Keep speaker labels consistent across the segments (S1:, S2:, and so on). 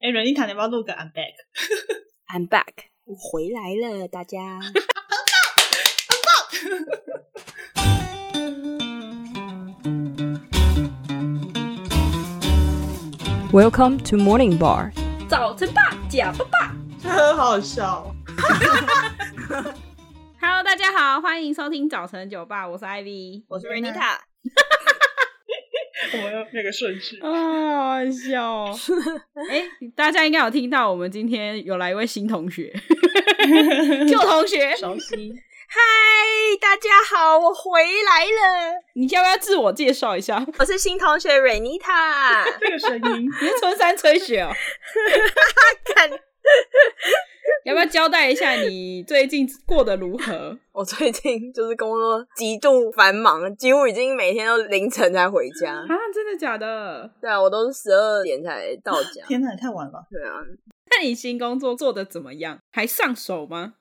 S1: 哎、瑞妮塔，你要不要录个 I'm back？
S2: I'm back，我回来了，大家。
S3: Welcome to Morning Bar。
S2: 早晨吧，假爸爸。
S1: 很 好笑。
S2: Hello，大家好，欢迎收听早晨酒吧，我是 IV，
S1: 我是
S2: Renita。
S1: 我们要那个顺序。
S2: 啊，好笑、 哦！哎、大家应该有听到，我们今天有来一位新同 学，旧同学。
S1: 熟 悉，
S4: 嗨，大家好，我回来了，
S2: 你要不要自我介绍一下？
S4: 我是新同学瑞妮塔。
S1: 这个声音。
S2: 你是春山吹雪 哦，
S4: 看，
S2: 要不要交代一下你最近过得如何？
S4: 我最近就是工作极度繁忙，几乎已经每天都凌晨才回家
S2: 啊。，真的假的？
S4: 对啊，我都是十二点才到家
S1: 天哪，也太晚了吧！
S4: 对啊，
S2: 那你新工作做得怎么样？还上手吗？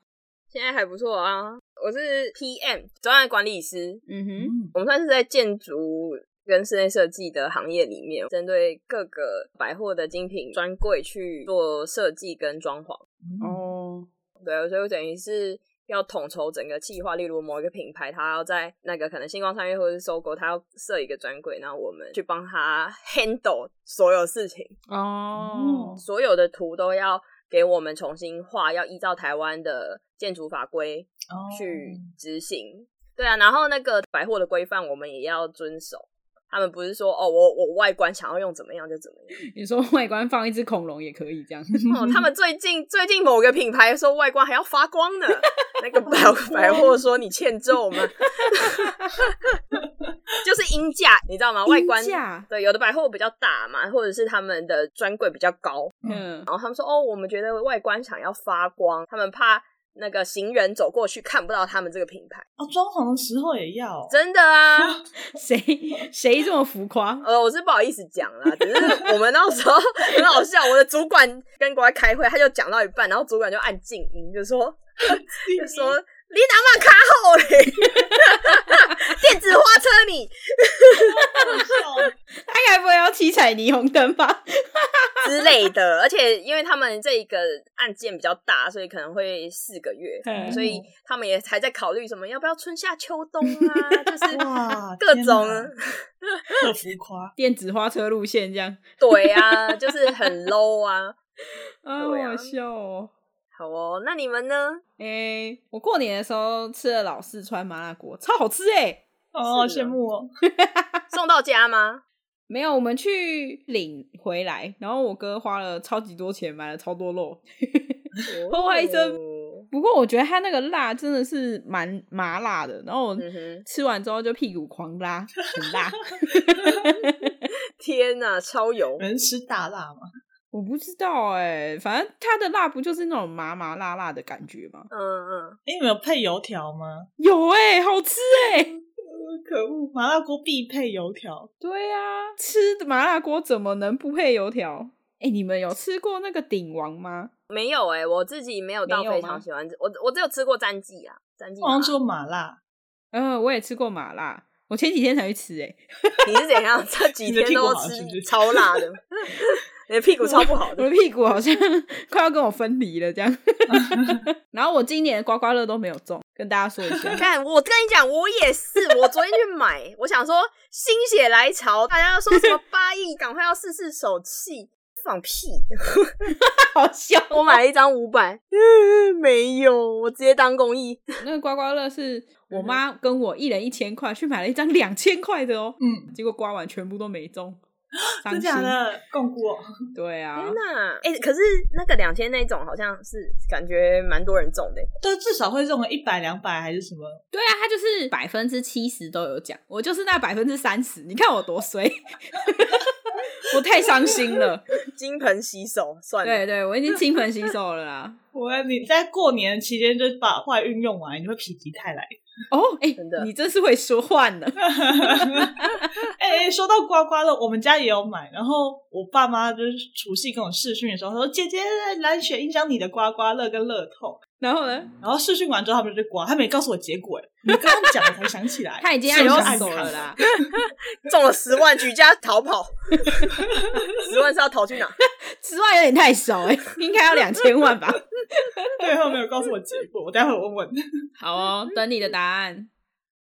S4: 现在还不错啊。我是 PM 专案管理师，
S2: 嗯哼。
S1: 嗯，
S4: 我们算是在建筑跟室内设计的行业里面，针对各个百货的精品专柜去做设计跟装潢。
S1: 嗯
S2: 哦，
S4: 对，所以我等于是要统筹整个企划，例如某一个品牌，它要在那个可能星光三月或者是搜狗，它要设一个专柜，然后我们去帮它 handle 所有事情，
S2: 哦，
S4: 所有的图都要给我们重新画，要依照台湾的建筑法规
S1: 哦
S4: 去执行。对啊，然后那个百货的规范我们也要遵守。他们不是说哦，我我外观想要用怎么样就怎么样。
S2: 你说外观放一只恐龙也可以这样，
S4: 哦，他们最近最近某个品牌说外观还要发光呢，那个百百货说你欠揍吗？ 就是阴价，你知道吗？外观
S2: 衣架
S4: 对，有的百货比较大嘛，或者是他们的专柜比较高，
S2: 嗯，
S4: 然后他们说哦，我们觉得外观想要发光，他们怕。那个行人走过去看不到他们这个品牌，
S1: 哦，装潢的时候也要 哦，
S4: 真的啊，
S2: 谁谁这么浮夸？
S4: 呃，我是不好意思讲啦，只是我们那时候 很好笑，我的主管跟国外开会，他就讲到一半，然后主管就按静音，就说就说你哪嘛卡好嘞， 电子花车你
S1: 好笑。哦
S2: 他该不会要七彩霓虹灯 吧？
S4: 之类的。而且因为他们这一个案件比较大，所以可能会四个月，
S2: 嗯
S4: 所以他们也还在考虑什么要不要春夏秋冬 啊，就是
S1: 哇，
S4: 各
S1: 天哪
S4: 种
S1: 特浮夸。
S2: 电子花车路线这样，
S4: 对啊，就是很 low 啊。
S2: 啊，好
S4: 对啊
S2: 好笑哦。
S4: 好哦，那你们呢？
S2: 诶、我过年的时候吃了老四川麻辣锅，超好吃诶、
S1: 哦，好
S4: 是
S1: 羡
S4: 啊
S1: 慕哦！
S4: 送到家吗？
S2: 没有，我们去领回来，然后我哥花了超级多钱买了超多肉， 破坏声
S4: 哦
S2: 不过我觉得他那个辣真的是蛮麻辣的，然后我
S4: 嗯哼，
S2: 吃完之后就屁股狂拉，很辣。
S4: 天哪，超油
S1: 有！人吃大辣吗？
S2: 我不知道哎、反正它的辣不就是那种麻麻辣辣的感觉吗？
S4: 嗯嗯，
S1: 哎，你们有配油条吗？
S2: 有哎、好吃哎、
S1: 呃可恶，麻辣锅必配油条。
S2: 对呀、
S1: 啊
S2: 吃麻辣锅怎么能不配油条？哎、你们有吃过那个鼎王吗？
S4: 没有哎、我自己没有到
S2: 没有
S4: 非
S2: 吗
S4: 常喜欢吃，我我只有吃过战记啊，战记
S1: 我好
S4: 麻
S1: 像
S4: 辣。
S1: 吃过麻辣，
S2: 嗯、我也吃过麻辣，我前几天才去吃哎、
S4: 你是怎样这几天
S1: 你
S4: 都
S1: 的屁股好是不是
S4: 吃超辣的？ 你的屁股超不好
S2: 我
S4: 的。
S2: 的屁股好像快要跟我分离了这样。 然后我今年刮刮乐都没有中，跟大家说一 下
S4: 看，我跟你讲，我也是。我昨天去买，我想说心血来潮，大家都说什么八亿，赶快要试试手气，放屁！
S2: 好笑，
S4: 我买了一张五百，嗯没有，我直接当公益。
S2: 那个刮刮乐是
S1: 嗯
S2: 我妈跟我一人一千块去买了一张两千块的哦，
S1: 嗯，
S2: 结果刮完全部都没中，
S1: 真
S2: 伤
S1: 假
S2: 心。
S1: 的？共菇哦，
S2: 对啊，
S4: 天哪，哎、可是那个两千那种好像是感觉蛮多人中的、
S1: 但至少会中个一百、两百还是什么？
S2: 对啊，他就是百分之七十都有奖，我就是那百分之三十，你看我多衰， 我太伤心了。
S4: 金盆洗手算了。
S2: 对对，我已经倾盆洗手了啦。
S1: 我你在过年期间就把坏运用完，你会否极泰来。
S2: 哦，哎、
S4: 真的
S2: 你真是会说话呢。
S1: 哎、说到刮刮乐，我们家也有买。然后我爸妈就是除夕跟我视讯的时候，他说：“姐姐来选一张你的刮刮乐跟乐透。”
S2: 然后呢，
S1: 然后试训完之后他们就挂，他没告诉我结 果、欸，你刚刚讲了才想起来，
S2: 他已经
S1: 是不是
S2: 要
S1: 暗
S2: 手
S1: 藏
S2: 了啦。
S4: 中了十万，举家逃跑。 十万是要逃去哪？
S2: 十万有点太少哎、应该要两千万吧。
S1: 对，他没有告诉我结果，我待会问问。
S2: 好哦，等你的答案。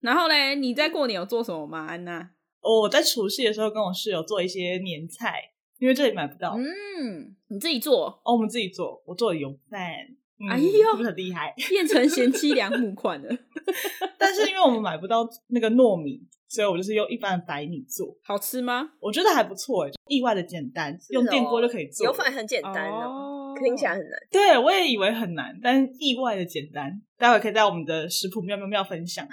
S2: 然后嘞，你在过年有做什么吗，安娜？
S1: 哦，我在除夕的时候跟我室友做一些年菜，因为这里买不到，
S2: 嗯，你自己做，
S1: 哦，我们自己做，我做的油饭。嗯
S2: 哎呦
S1: 是不是很厉害？
S2: 变成贤妻良母款了，
S1: 但是因为我们买不到那个糯米，所以我就是用一般的白米做，
S2: 好吃吗？
S1: 我觉得还不错哎，意外的简单，
S4: 哦
S1: 用电锅就可以做了。
S4: 油饭很简单哦，
S2: 哦
S4: 听起来很难。
S1: 对我也以为很难，但意外的简单。待会可以在我们的食谱妙妙妙分享。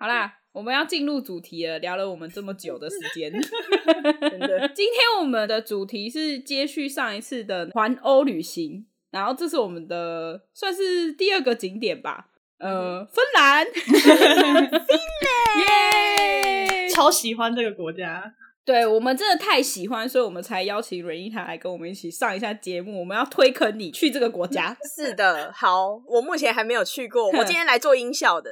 S2: 好啦，我们要进入主题了，聊了我们这么久的时间。
S4: 真的
S2: 今天我们的主题是接续上一次的环欧旅行，然后这是我们的算是第二个景点吧，呃，芬兰，耶！
S1: 超喜欢这个国家，
S2: 对我们真的太喜欢，所以我们才邀请瑞妮塔来跟我们一起上一下节目。我们要推坑你去这个国家，
S4: 是的。好，我目前还没有去过，我今天来做音效的。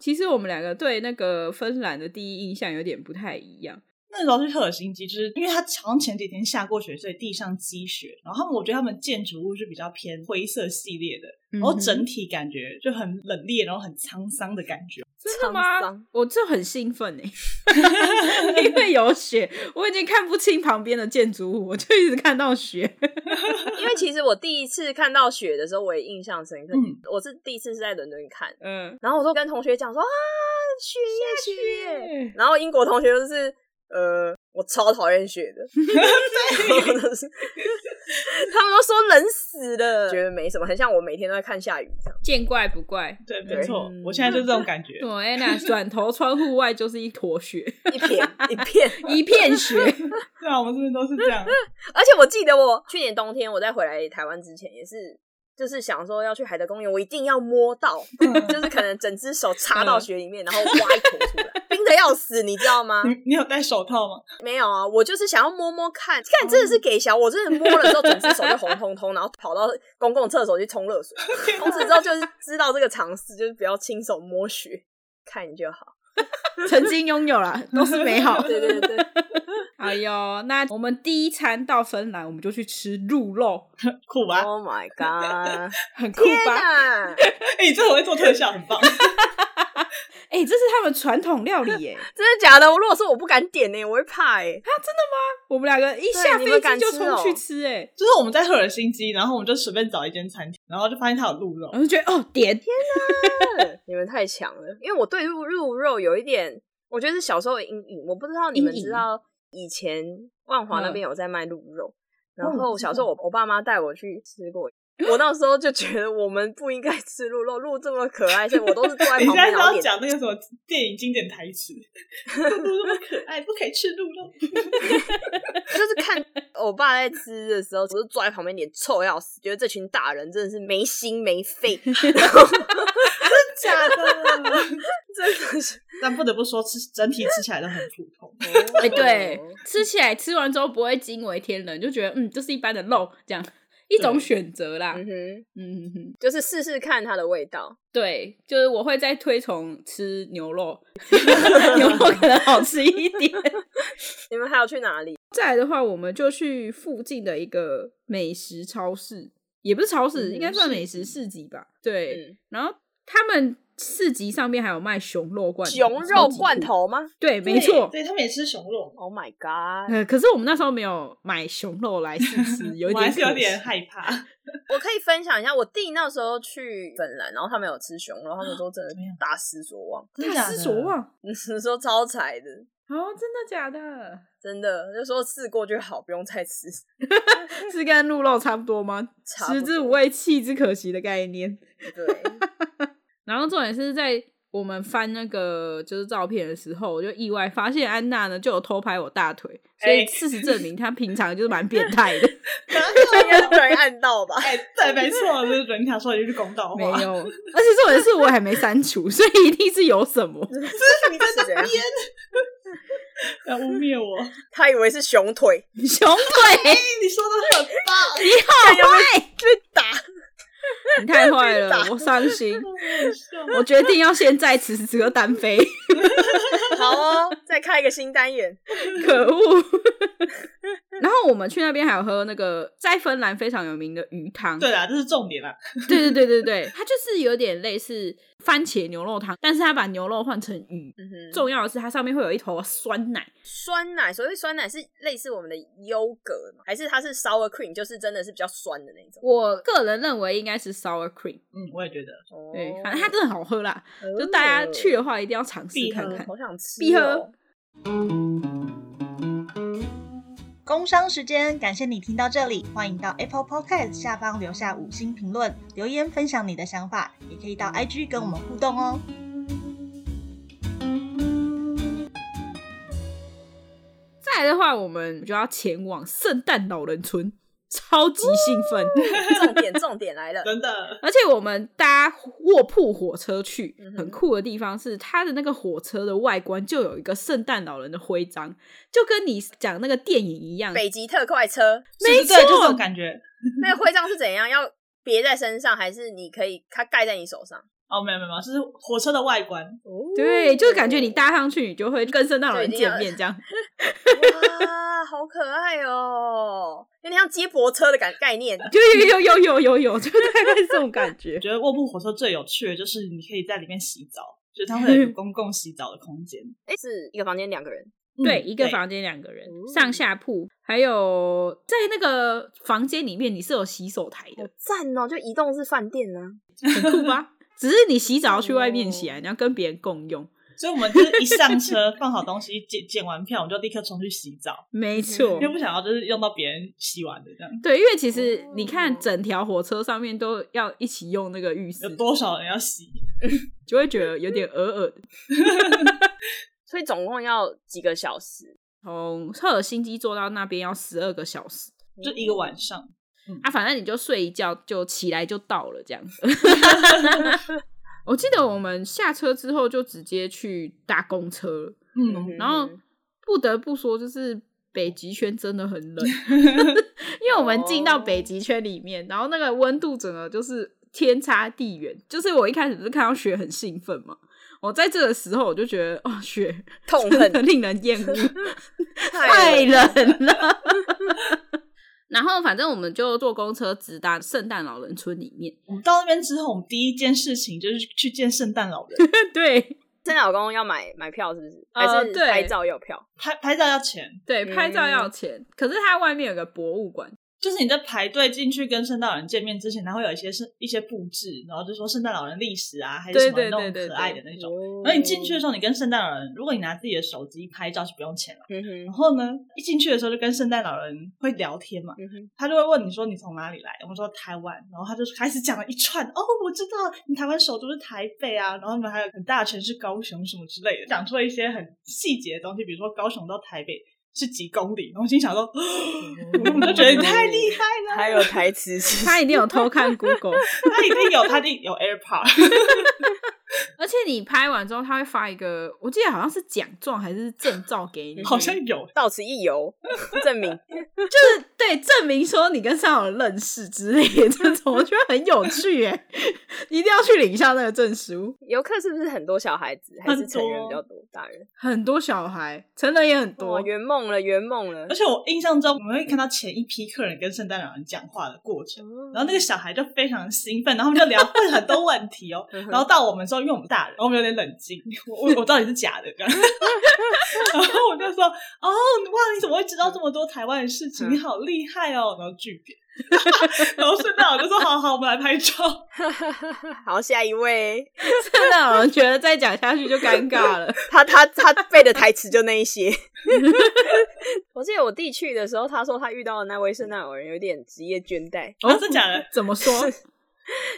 S2: 其实我们两个对那个芬兰的第一印象有点不太一样。
S1: 那时候去赫尔辛基，就是因为它好像前几天下过雪，所以地上积雪。然后他们，我觉得他们建筑物是比较偏灰色系列的，然后整体感觉就很冷冽，然后很沧桑的感觉。
S2: 真的
S4: 沧
S2: 吗
S4: 桑？
S2: 我这很兴奋哎、 因为有雪，我已经看不清旁边的建筑物，我就一直看到雪。
S4: 因为其实我第一次看到雪的时候，我也印象深刻。
S1: 嗯
S4: 我是第一次是在伦敦看，
S2: 嗯，
S4: 然后我都跟同学讲说啊，雪呀雪。然后英国同学就是呃，我超讨厌雪的，然后就是他们都说冷死了，觉得没什么，很像我每天都在看下雨这样。
S2: 见怪不怪。
S1: 对，
S4: 对
S1: 没错
S2: 嗯，
S1: 我现在就这种感觉。
S2: 对，安娜转头穿户外就是一坨 雪，
S4: 一片一片，
S2: 一片雪。
S1: 对啊，我们这边都是这样。
S4: 而且我记得我去年冬天我在回来台湾之前也是，就是想说要去海德公园，我一定要摸到，就是可能整只手插到雪里面，然后挖一坨出来， 冰的要死，你知道吗？
S1: 你你有戴手套吗？
S4: 没有啊，我就是想要摸摸看，看真的是给小，我真的摸了之后，整只手就红彤彤，然后跑到公共厕所去冲热水。从此之后就是知道这个常识， 就是不要亲手摸雪，看就好。
S2: 曾经拥有啦，都是美好。
S4: 对对对，
S2: 哎呦，那我们第一餐到芬兰，我们就去吃鹿肉，
S1: 酷吧？
S4: ，Oh my god！
S2: 很酷
S4: 天
S2: 吧？
S4: 哪，
S1: 哎，你这很会做特效，很 棒。
S2: 哎、这是他们传统料理 耶、
S4: 真的假的？如果说我不敢点呢、我会怕哎、
S2: 我们两个一下
S4: 对你们
S2: 飞
S4: 敢
S2: 机就
S4: 吃
S2: 冲去
S4: 哦
S2: 吃哎、
S1: 就是我们在赫尔辛基，然后我们就随便找一间餐厅，然后就发现它有鹿肉
S2: 我，就觉得哦，点
S4: 你们太强了，因为我对鹿鹿肉有一点，我觉得是小时候的阴影。我不知道你们
S2: 阴影
S4: 知道，以前万华那边有在卖鹿肉，然后小时候我我爸妈带我去吃过。我那时候就觉得我们不应该吃鹿肉，鹿这么可爱，所以我都是坐在
S1: 你
S4: 旁
S1: 现
S4: 边
S1: 在是
S4: 然后
S1: 要
S4: 点。
S1: 讲那个什么电影经典台词？鹿那么可爱，不可以吃鹿 肉。
S4: 就是看我爸在吃的时候，我就坐在旁边脸臭要死，觉得这群大人真的是没心没肺，然后
S1: 假的。
S4: 真的是
S1: 但不得不说，吃整体吃起来都很普通。
S2: 哎、对，
S4: 哦
S2: 吃起来吃完之后不会惊为天人，就觉得嗯，就是一般的肉这样，一种
S1: 对
S2: 选择啦。
S4: 嗯
S2: 嗯
S4: 哼，
S2: 嗯哼，
S4: 就是试试看它的味道。
S2: 对，就是我会再推崇吃牛肉，牛肉可能好吃一点。
S4: 你们还有去哪里？
S2: 再来的话，我们就去附近的一个美食超市，也不是超市，
S4: 嗯
S2: 应该算
S4: 市
S2: 美食市集吧。对，
S4: 嗯，
S2: 然后他们市集上面还有卖熊肉罐头，
S4: 熊
S2: 超
S4: 肉
S2: 级
S4: 罐
S2: 酷，
S4: 头吗
S2: 对， 没错。
S1: 对对他们也吃熊肉嘛，
S4: ？Oh my god！
S2: 呃，可是我们那时候没有买熊肉来试 吃，嗯有一
S1: 我
S2: 点
S1: 还是有
S2: 可惜
S1: 点害怕。
S4: 我可以分享一下，我弟那时候去芬兰，然后他们有吃熊肉，他们说真的
S1: 怎么样
S4: 大失所望，
S2: 大失所。望。
S4: 嗯说超柴的，
S2: 哦，真的假的？
S4: 真的就说试过就好，不用再吃。
S2: 是跟鹿肉差不多吗？
S4: 差不多
S2: 食之无味，弃之可惜的概念。
S4: 对，
S2: 然后重点是在我们翻那个就是照片的时候，我就意外发现安娜呢就有偷拍我大腿，所以
S1: 哎
S2: 事实证明她平常就是蛮变态 的。
S4: 应该是不小心按到 吧？
S1: 哎，对，没错，就是人家说的就是公道
S2: 没
S1: 话。
S2: 有， 而且重 点是我还没删除，所以一定是有什么。
S1: 这是你在
S4: 是
S1: 那
S4: 这样
S1: 边，要污蔑 我。哎
S4: 他以为是熊腿，
S2: 熊
S4: 哎
S2: 腿，
S1: 你说的很棒，
S2: 你好坏，
S4: 被打。
S2: 你太坏了，我伤心。
S1: 哦
S2: 我决定要先在此此刻单飞，
S4: 好哦，再开一个新单元。
S2: 可恶。 然后我们去那边还有喝那个在芬兰非常有名的鱼汤，
S1: 对啦，这是重点啦。
S2: 对对对对对， 它就是有点类似番茄牛肉汤，但是它把牛肉换成鱼。
S4: 嗯哼，
S2: 重要的是，它上面会有一头酸奶，
S4: 酸奶，所谓酸奶是类似我们的优格吗？还是它是 sour cream，就是真的是比较酸的那种？
S2: 我个人认为应该是 sour cream，
S1: 嗯，我也觉得。
S2: 对，反
S4: 哦
S2: 正它哦真的好喝啦，
S4: 它
S2: 就大家去的话一定要尝试
S1: 必
S2: 看
S1: 喝
S2: 看。
S4: 好想吃、
S2: 必喝
S4: 哦。
S1: 工商时间，感谢你听到这里，欢迎到 Apple Podcast 下方留下五星评论，留言分享你的想法，也可以到 IG 跟我们互动哦。
S2: 再来的话，我们就要前往圣诞老人村，超级兴奋，
S4: 重点重点 来了，
S1: 真的，
S2: 而且我们搭卧铺火车去
S4: 嗯，哼
S2: 很酷的地方是它的那个火车的外观就有一个圣诞老人的徽章，就跟你讲那个电影一样，
S4: 北极特快车
S1: 没错，就这种感觉。
S4: 那个徽章是怎样？要别在身上，还是你可以它盖在你手上？
S1: 哦，没有没有没有，就是火车的外观，
S2: 对，就感觉你搭上去，你就会跟圣诞老人
S4: 对一定要
S2: 见面这样。
S4: 哦哇，好可爱哦，有点像接驳车的感概念。
S2: 有有有有有有有，就大概是这种感觉
S1: 我。觉得卧铺火车最有趣的就是你可以在里面洗澡，就是它会 有一个公共洗澡的空间。
S4: 哎，是一个房间两个人，
S2: 对，
S1: 嗯
S2: 一个房间两个人，
S4: 哦
S2: 上下铺，还有在那个房间里面你是有洗手台
S4: 好
S2: 的，
S4: 赞哦！就移动式饭店啊，
S2: 很酷吧？只是你洗澡要去外面洗
S4: 哦
S2: 啊，你要跟别人共
S4: 嗯
S2: 用。
S1: 所以我们就是一上 车放好东西，检检完票，我们就立刻冲去洗澡，
S2: 没错
S1: 因为，不想要就是用到别人洗完的这样。
S2: 对，因为其
S1: 哦
S2: 实你看整条火车上面都要一起用那个浴室
S1: 有，多少人要洗？
S2: 就会觉得有点耳耳的。
S4: 所以总共要几个小时？
S2: 从赫尔辛基坐到那边要十二个小时
S1: 就一个晚上，
S2: 啊，反正你就睡一觉就起来就到了这样子。 我记得我们下车之后就直接去搭公车了，
S1: 嗯，
S2: 然后不得不说，就是北极圈真的很 冷，因为我们进到北极圈里面，然后那个温度整个就是天差地远。就是我一开始不是看到雪很兴奋嘛，我在这个时候我就觉得哦，雪
S4: 痛
S2: 真的
S4: 恨
S2: 令人厌恶，
S4: 太
S2: 太冷了。然后反正我们就坐公车直达圣诞老人村里面，
S1: 我们到那边之后，我们第一件事情就是去见圣诞老人，
S2: 对
S4: 圣诞老公要买买票是不是？还
S2: 呃
S4: 是
S2: 对
S4: 拍照要票？
S1: 拍拍照要钱，
S2: 对，拍照要钱，可是它外面有个博物馆，
S1: 就是你在排队进去跟圣诞老人见面之前，他会有一些是一些布置，然后就说圣诞老人历史啊，还是什么
S2: 对对
S1: 那
S2: 对
S1: 种
S2: 对
S1: 可爱的那种。
S4: 哦
S1: 然后你进去的时候，你跟圣诞老人，如果你拿自己的手机拍照是不用钱了。
S4: 嗯哼
S1: 然后呢，一进去的时候就跟圣诞老人会聊天嘛，
S4: 嗯哼，
S1: 他就会问你说你从哪里来，我们说台湾，然后他就开始讲了一串，哦，我知道你台湾首都是台北啊，然后你们还有很大的城市高雄什么之类的，讲出了一些很细节的东西，比如说高雄到台北是几公里，然后我心想说，我就觉得你太厉害了，
S4: 嗯还有台词是
S2: 他一定有偷看 Google。
S1: 他一定有他一定有 AirPod，
S2: 而且你拍完之后，他会发一个，我记得好像是奖状还是证照给
S4: 嗯
S2: 你，
S1: 好像有，
S4: 到此一游，证明
S2: 就是对证明说你跟上有认识之类的这种，我觉得很有趣耶，一定要去领一下那个证书。
S4: 游客是不是很多小孩子，还是
S1: 很多
S4: 成人比较多？大人
S2: 很多小孩，成人也很
S4: 哇，
S2: 多，
S4: 圆梦了，圆梦了哦
S1: 而。且我印象中我们会看到前一批客人跟圣诞老人讲话的过程。然后那个小孩就非常兴奋，然后他们就聊问很多问题哦。
S4: 嗯哼
S1: 然后到我们之后，因为我们大人，我们有点冷静，我我我到底是假的这样。 然后我就说：“哦，哇，你怎么会知道这么多台湾的事情？
S4: 嗯
S1: 你好厉害哦！”然后巨扁。 然后圣诞老人就说：“好好，我们来拍 照。
S4: 好，下一位，
S2: 圣诞老人觉得再讲下去就尴尬了。
S4: 他他他背的台词就那一些。我记得我弟去的时候，他说他遇到的那位圣诞老人有点职业倦怠，
S1: 哦真假的？
S2: 怎么说？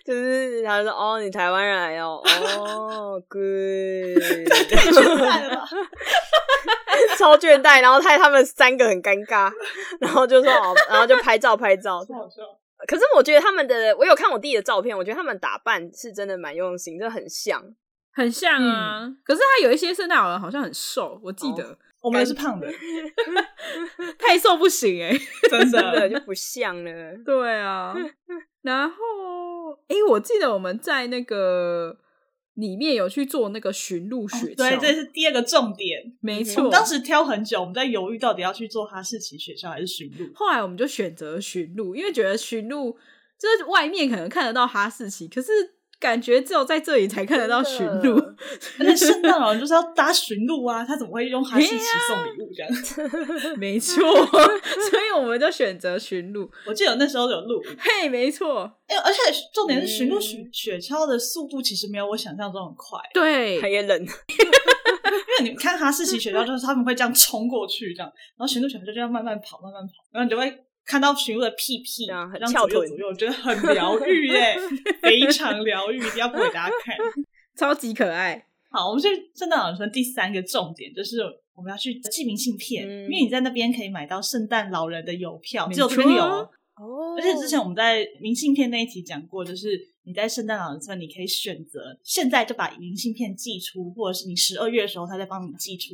S4: 就是他说哦，你台湾人来哦，哦，good，”
S1: 太倦怠了吧？
S4: 超倦怠，然后他他们三个很尴尬，然后就说哦，然后就拍照拍照。
S1: 好好笑。
S4: 可是我觉得他们的，我有看我弟的照片，我觉得他们打扮是真的蛮用心，真的很像。
S1: 嗯
S2: 很像啊，可是他有一些圣诞老人好像很瘦，我记得、
S1: 我们也是胖的，
S2: 太瘦不行哎、
S1: 真
S4: 真
S1: 的。
S4: 的就不像了。
S2: 对 啊，然后诶、我记得我们在那个里面有去做那个驯鹿雪橇，
S1: 哦对，这是第二个重点。
S2: 没
S1: 我
S2: 错。
S1: 们当时挑很久，我们在犹豫到底要去做哈士奇雪橇还是驯鹿。
S2: 后来我们就选择驯鹿，因为觉得驯鹿就是外面可能看得到哈士奇，可是感觉只有在这里才看得到驯 鹿。
S1: 而且圣诞老人就是要搭驯鹿啊，他怎么会用哈士奇送礼物这样？
S2: 没错， 所以我们就选择驯鹿。
S1: 我记得那时候有录，
S2: 嘿，没错，
S1: 哎、而且重点是驯鹿
S4: 嗯
S1: 雪雪橇的速度其实没有我想象中很快，
S4: 他
S2: 对，
S4: 也冷，
S1: 因为你看哈士奇 雪橇就是他们会这样冲过去这样，然后驯鹿雪橇就这样慢慢跑，慢慢跑，然后你就会。看到驯鹿的屁屁，
S4: 对啊很
S1: 这样
S4: 翘
S1: 左右
S4: 臀
S1: 左右，我觉得很疗愈耶，非常疗愈，一定要播给大家看。
S2: 超级可爱。
S1: 好，我们去圣诞老人村第三个重点就是我们要去寄明信片，
S4: 嗯
S1: 因为你在那边可以买到圣诞老人的邮票，
S2: 没
S1: 只有这边有
S2: 错
S1: 哦。
S4: 哦
S1: 而且之前我们在明信片那一集讲过，就是你在圣诞老人村，你可以选择现在就把明信片寄出，或者是你十二月的时候他再帮你寄出。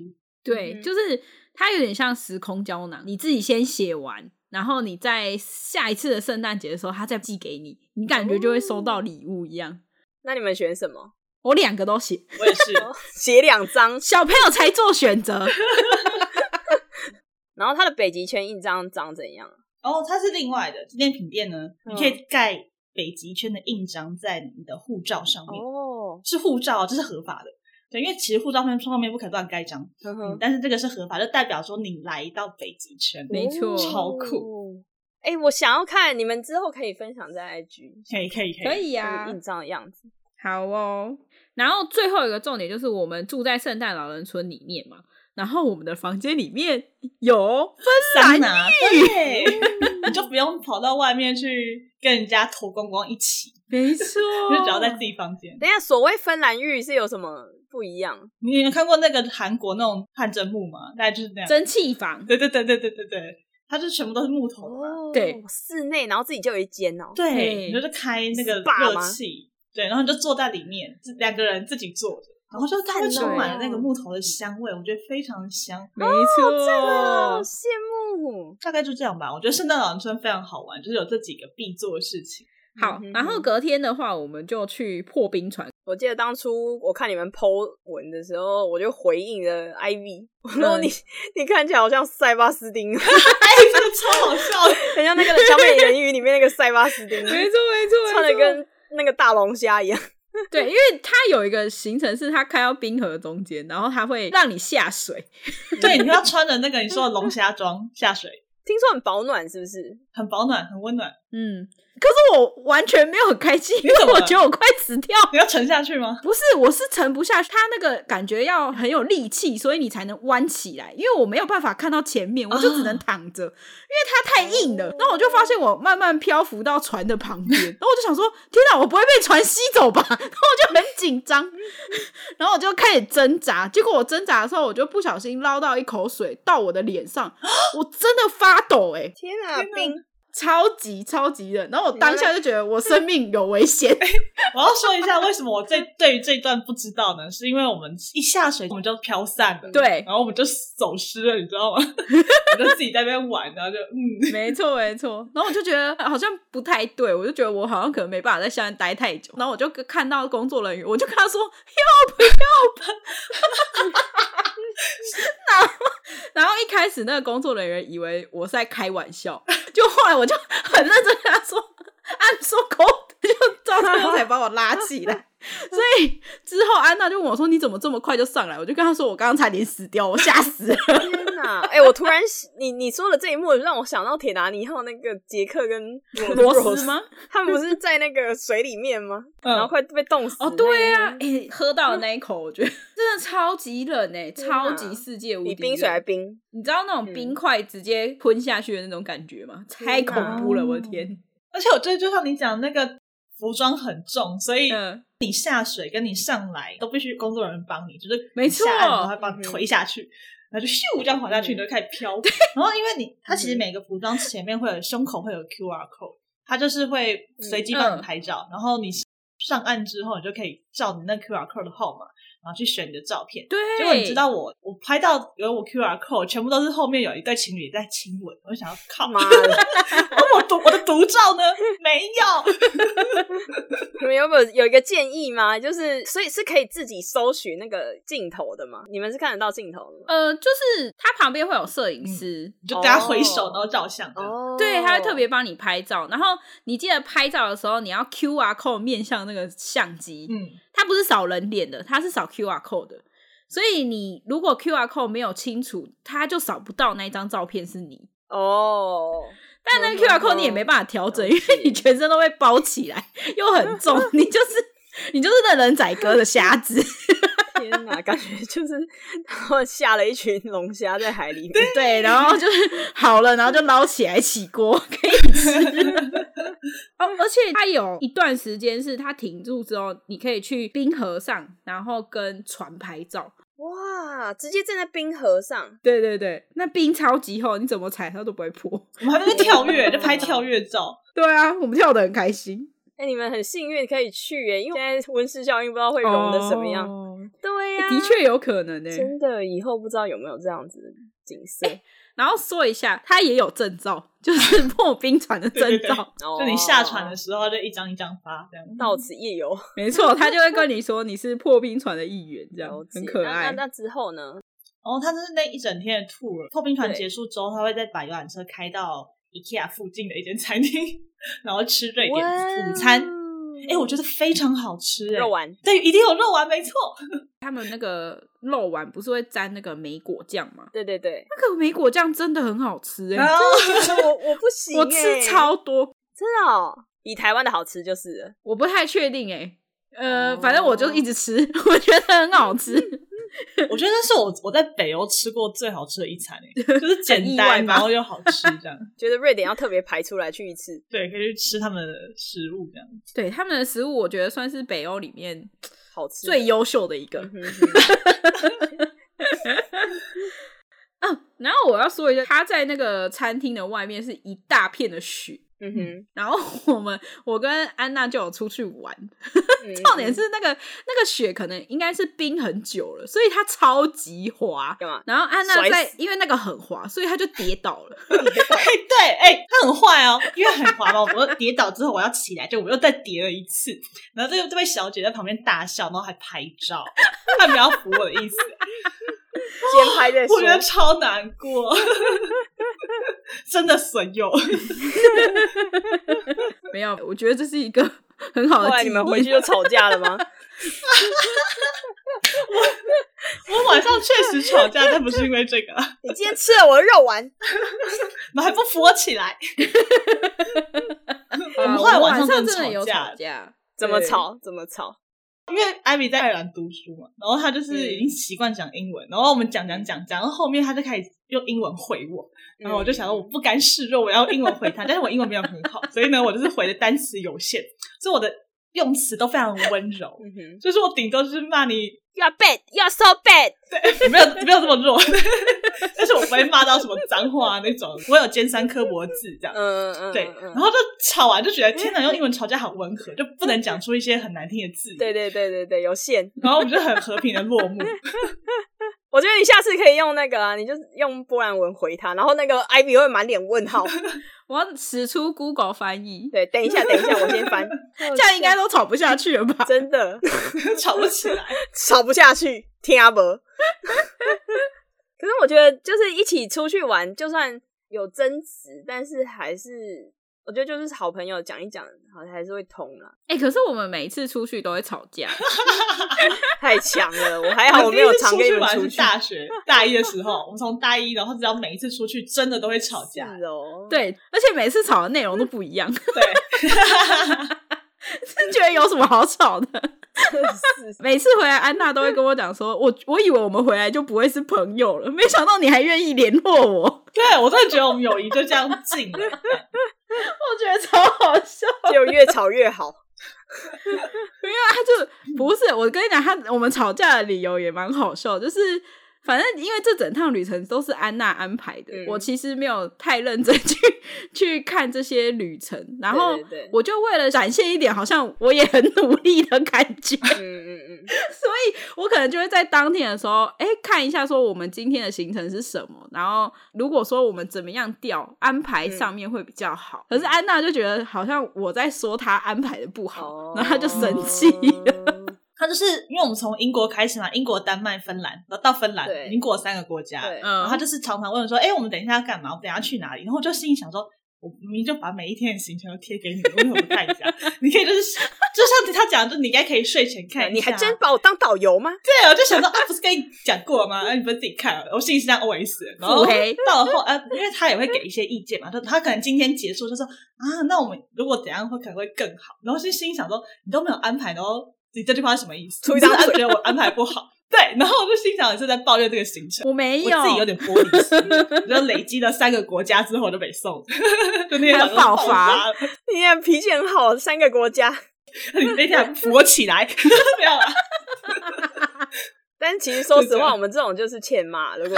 S2: 对，
S4: 嗯
S2: 就是它有点像时空胶囊，你自己先写完，然后你在下一次的圣诞节的时候，它再寄给你，你感觉就会收到礼物一样。
S4: 那你们选什么？哦
S2: 我两个都写，
S1: 我也 是，
S4: 写两张，
S2: 小朋友才做选择。
S4: 然后它的北极圈印章长怎样？
S1: 然后它是另外的纪念品店呢，你可以盖北极圈的印章在你的护照上
S2: 嗯
S1: 面，
S4: 哦，
S1: 是护照，这是合法的。对，因为其实护照上面上面不可以乱盖章，嗯
S4: 呵
S1: 嗯
S4: 呵，
S1: 但是这个是合法，就代表说你来到北极圈，
S2: 没错
S1: 超酷，
S4: 哦。哎、我想要看，你们之后可以分享在 IG，
S1: 可以可以可以。
S2: 以
S4: 就是印章的样子。
S2: 好哦。嗯然后最后一个重点就是，我们住在圣诞老人村里面嘛，然后我们的房间里面有
S1: 桑拿，对， 你就不用跑到外面去跟人家脱光光一起，，
S2: 没错
S1: 就只要在自己房间。
S4: 等一下，所谓芬兰浴是有什么不一样？
S1: 你有看过那个韩国那种汗蒸木吗？大概就是那样。
S2: 蒸汽房，
S1: 对对对对对对对，它就全部都是木头的嘛。
S2: 哦对，
S4: 室内然后自己就有一间哦、
S1: 哦对，
S2: 对
S1: 你就是开那个
S4: SPA
S1: 热
S4: 吗
S1: 气，对，然后你就坐在里面，自两个人自己坐着，然后就它会
S4: 赞
S1: 充满了
S4: 哦
S1: 那个木头的香味，我觉得非常香。
S2: 没错，
S4: 好哦羡慕。
S1: 大概就这样吧，我觉得圣诞老人村非常好玩，就是有这几个必做的事 情。
S2: 好
S4: 嗯哼，
S2: 然后隔天的话，我们就去破冰船。
S4: 我记得当初我看你们 Po 文的时候，我就回应了 IV，我说
S2: 嗯
S4: 你、你看起来好像塞巴斯丁，
S1: 哎，这个超好笑的，
S4: 很像那个 《小美人鱼》里面那个塞巴斯丁，
S2: 没错，没 错，
S4: 穿的
S2: 没错
S4: 跟那个大龙虾一样。
S2: 对，因为它有一个行程是它开到冰河中间，然后它会让你下水。
S1: 对，你要穿着那个你说的龙虾装下水，
S4: 听说很保暖，是不是？
S1: 很保暖，很温暖。
S2: 嗯，可是我完全没有很开心，因为
S1: 怎么
S2: 我
S1: 了
S2: 觉得我快死掉了
S1: 你要沉下去吗？
S2: 不是，我是沉不下去，它那个感觉要很有力气，所以你才能弯起来。因为我没有办法看到前面，我就只能躺着，因哦为它太硬了。然后我就发现我慢慢漂浮到船的旁边，然后我就想说：天哪，我不会被船吸走吧？ 然后我就很紧张， 然后我就开始挣扎。结果我挣扎的时候，我就不小心捞到一口水到我的脸 上，我真的发抖哎、欸
S4: 天啊，冰！
S2: 超级超级冷。然后我当下就觉得我生命有危险。
S1: 我要说一下为什么我这对于这一段不知道呢？是因为我们一下水我们就飘散了，
S2: 对
S1: 然后我们就走失了，你知道吗？我就自己在那边玩，然后就嗯，
S2: 没错，没错。然后我就觉得好像不太对，我就觉得我好像可能没办法在下面待太久。然后我就看到工作人员，我就跟他说 help help。然后，然后一开始那个工作人员以为我是在开玩笑，就后来我就很认真跟他说 I'm so cold，就照最后才把我拉起来。所以之后安娜就问我说：“你怎么这么快就上来？”我就跟她说：“我刚刚差点死掉，我吓死了。”
S4: 天哪！哎、我突然你你说的这一幕让我想到铁达尼号那个杰克跟
S2: 螺丝？吗？
S4: 他们不是在那个水里面吗？然后
S1: 嗯
S4: 快被冻死。
S2: 哦，对呀、啊，诶、喝到的那一口，我觉得真的超级冷诶、超级世界无敌
S4: 比
S2: 冷。
S4: 冰水还冰。
S2: 你知道那种冰块直接吞下去的那种感觉吗？太恐怖了，我的天！
S1: 而且我觉得就像你讲那个。服装很重，所以
S2: 嗯，
S1: 你下水跟你上来都必须工作人员帮你，就是
S2: 没错
S1: 你下岸然后他帮你推下去，然后就咻这样滑下去，
S4: 嗯
S1: 你就开始飘。然后因为你，它其实每个服装前面会有胸口会有 QR code，它就是会随机帮
S2: 嗯
S1: 你拍照，然后你上岸之后，你就可以照你那 QR code 的号码，然后去选你的照片。
S2: 对，
S1: 结果你知道我，我拍到有我 QR code，全部都是后面有一对情侣在亲吻，我就想要靠
S4: 妈的，
S1: 我独我的独照呢？没有，
S4: 你们有没有有一个建议吗？就是所以是可以自己搜寻那个镜头的吗？你们是看得到镜头的吗？
S2: 呃，就是他旁边会有摄影师，
S1: 你就大家挥手然后照相。
S4: 哦
S2: 对，他会特别帮你拍照。然后你记得拍照的时候，你要 Q R code 面向那个相机，
S1: 嗯，
S2: 它不是扫人脸的，它是扫 Q R code 的。所以你如果 Q R code 没有清楚，它就扫不到那一张照片是你。
S4: 哦，
S2: 但那个 Q R code 你也没办法调整，因为你全身都被包起来，又 很重，你就是你就是那人仔哥的瞎子。
S4: 天哪，感觉就是他们下了一群龙虾在海里面。
S2: 对，然后就是好了，然后就捞起来起锅可以吃。 哦，而且它有一段时间是它停住之后，你可以去冰河上，然后跟船拍照。
S4: 哇，直接站在冰河上，
S2: 对对对，那冰超级厚，你怎么踩它都不会破。
S1: 我们还在那边跳跃，就拍跳跃照。
S2: 对啊，我们跳的很开心，
S4: 哎、你们很幸运可以去耶，因为现在温室效应不知道会融的什么样。
S2: 哦
S4: 对呀、
S2: 的确有可能欸呢、
S4: 真的以后不知道有没有这样子的景色。
S2: 然后说一下，它也有证照，就是 破冰船的证
S1: 对对对
S2: 照。
S4: 哦
S1: 就你下船的时候，就一张一张发这样。
S4: 到此一游，
S2: 没错，他就会跟你说你是破冰船的一员，这样
S4: 了解
S2: 很可
S4: 那那
S2: 爱。
S4: 那之后呢？
S1: 然哦后他就是那一整天的 tour。破冰船
S4: 对
S1: 结束之后，他会再把游览车开到 IKEA 附近的一间餐厅， 然后吃瑞典午餐。哎、我觉得非常好吃、哎
S4: 肉丸
S1: 对，一定有肉丸，没错。
S2: 他们那个肉丸不是会沾那个梅果酱吗？
S4: 对对对，
S2: 那个梅果酱真的很好吃哎、
S1: 然后
S4: 可是我我不行、 欸
S2: 我吃超多，
S4: 真的、哦，比台湾的好吃就是了。
S2: 我不太确定哎、呃，
S4: 哦嗯
S2: 反正我就一直吃， 我觉得很好吃。
S1: 我觉得那是我我在北欧吃过最好吃的一餐、哎，就是简
S2: 意外
S1: 单，
S2: 吗
S1: 然后又好吃，这样。
S4: 觉得瑞典要特别排出来去一次，
S1: 对，可以去吃他们的食物，这样。
S2: 对他们的食物，我觉得算是北欧里面
S4: 好吃
S2: 最优秀的一个
S4: 嗯。哼哼
S2: 啊，然后我要说一下，它在那个餐厅的外面是一大片的雪。
S4: 嗯哼，
S2: 然后 我们，我跟安娜就有出去玩，
S4: 嗯
S2: 重点是那个那个雪可能应该是冰很久了，所以它超级滑。
S4: 干嘛？
S2: 然后安娜
S4: 摔
S2: 在
S4: 死
S2: 因为那个很滑，所以她就跌倒了。
S1: 哎，对，哎，他很坏哦，因为很滑嘛，我跌倒之后我要起来，就我又再跌了一次，然后这个这位小姐在旁边大笑，然后还拍照，她没有要扶我的意思，
S4: 先拍再说
S1: 我觉。得超难过， 真的损友，
S2: 没有，我觉得这是一个 很好
S4: 后
S2: 的
S4: 来
S2: 记
S4: 你
S2: 忆。
S4: 们回去就吵架了吗？
S1: 我晚上确实吵架，但不是因为这个，啊
S4: 你今天吃了我的肉丸，
S1: 然后还不扶我起来，
S4: 呃
S1: 我们
S2: 啊
S1: 后来晚
S2: 我晚
S1: 上
S2: 上
S1: 真的
S2: 真的有
S1: 吵架
S2: 吵架，
S4: 怎么
S2: 对？
S4: 吵？怎么吵？
S1: 因为艾米在爱尔兰读书嘛，然后她
S4: 嗯
S1: 就是已经习惯讲英文，然后我们讲讲讲讲，然后后面她就开始用英文回我，然后我就想
S4: 嗯
S1: 说我不甘示弱，我要用英文回她，但是我英文没有很好，所以呢，我就是回的单词有限，所以我的用词都非常温柔，
S4: 嗯 哼
S1: 就是我顶多就是骂你，
S4: ，You are bad, you are so bad。
S1: 没有没有这么弱， 但是我不会骂到什么脏话啊那种，我有尖酸刻薄的字这样。
S4: 嗯嗯，
S1: 对，
S4: 嗯
S1: 然后就吵完就觉得天哪，用英文吵架好温和，就不能讲出一些很难听的字。
S4: 对，对对对对，有线。
S1: 然后我们就很和平的落 幕。
S4: 我觉得你下次可以用那个啊，你就用波兰文回他，然后那个 Ivy 会满脸问号。
S2: 我要使出 Google 翻译，
S4: 对，等一下，等一下，我先翻。
S2: 这样应该都吵不下去了吧？
S4: 真的
S1: 吵不起 来。
S4: 吵不下去，听阿伯。可是我觉得，就是一起出去玩，就算有争执，但是还是我觉得就是好朋友讲一讲，好像还是会通啦。
S2: 哎、可是我们每次出去都会吵架，
S4: 太强了，我还哎好我没有常跟你们
S1: 我第一次
S4: 出
S1: 出去玩
S4: 去
S1: 是。大学大一的时候，我们从大一，然后只要每一次出去，真的都会吵架。
S4: 是哦，
S2: 对，而且每次吵的内容都不一样，
S1: 对，
S2: 真觉得有什么好吵的？
S4: 真的是，
S2: 每次回来，安娜都会跟我讲说，我我以为我们回来就不会是朋友了，没想到你还愿意联络我，我
S1: 对我真的觉得我们友谊就这样近了。
S2: 觉得超好笑。
S4: 就越吵越好。
S2: 啊没有，他就不是我跟你讲，他我们吵架的理由也蛮好笑，就是反正因为这整趟旅程都是安娜安排的，
S4: 嗯
S2: 我其实没有太认真去 去看这些旅程，然后
S4: 对对对
S2: 我就为了展现一点好像我也很努力的感觉，
S4: 嗯嗯嗯，
S2: 所以我可能就会在当天的时候，哎，看一下说我们今天的行程是什么，然后如果说我们怎么样调安排
S1: 嗯
S2: 上面会比较好。可是安娜就觉得好像我在说她安排的不好，
S4: 哦，
S2: 然后她就生气了。
S1: 他就是因为我们从英国开始嘛，英国、丹麦、芬兰，然后到芬兰
S4: 对
S1: 已经过了三个国家，
S4: 对
S1: 然后
S2: 嗯，
S1: 他就是常常问我说：“哎、我们等一下要干嘛？我们等一下去哪里？”然后我就心里想说。我明明就把每一天的行程都贴给你，为什么不看一下？ 你可以就是，就像他讲的，就你应该可以睡前看一
S4: 你
S1: 下。
S4: 还真把我当导游吗？
S1: 对，我就想说啊，不是跟你讲过了吗？啊，你不是自己看了？我心里是这样 OS 的。然后
S2: 腹黑
S1: 到了后， 呃，因为他也会给一些意见嘛，就他可能今天结束就说啊，那我们如果怎样会可能会更好。然后就心里想说，你都没有安排，然后你这句话是什么意思？
S4: 出
S1: 你
S4: 一
S1: 是
S4: 张
S1: 不是
S4: 嘴
S1: 觉得我安排不好？对，然后我就心想你是在抱怨这个行程。
S2: 我没
S1: 我
S2: 有，
S1: 自己有点玻璃心，就累积了三个国家之后就被送， 就那天早上
S2: 还有爆
S1: 发
S2: 发
S1: 了，
S4: 你也脾气很好，三个国家，
S1: 你那天还扶我起来， 没有啊啦，
S4: 但其实说
S1: 是
S4: 实
S1: 这样
S4: 话，我们这种就是欠骂，如果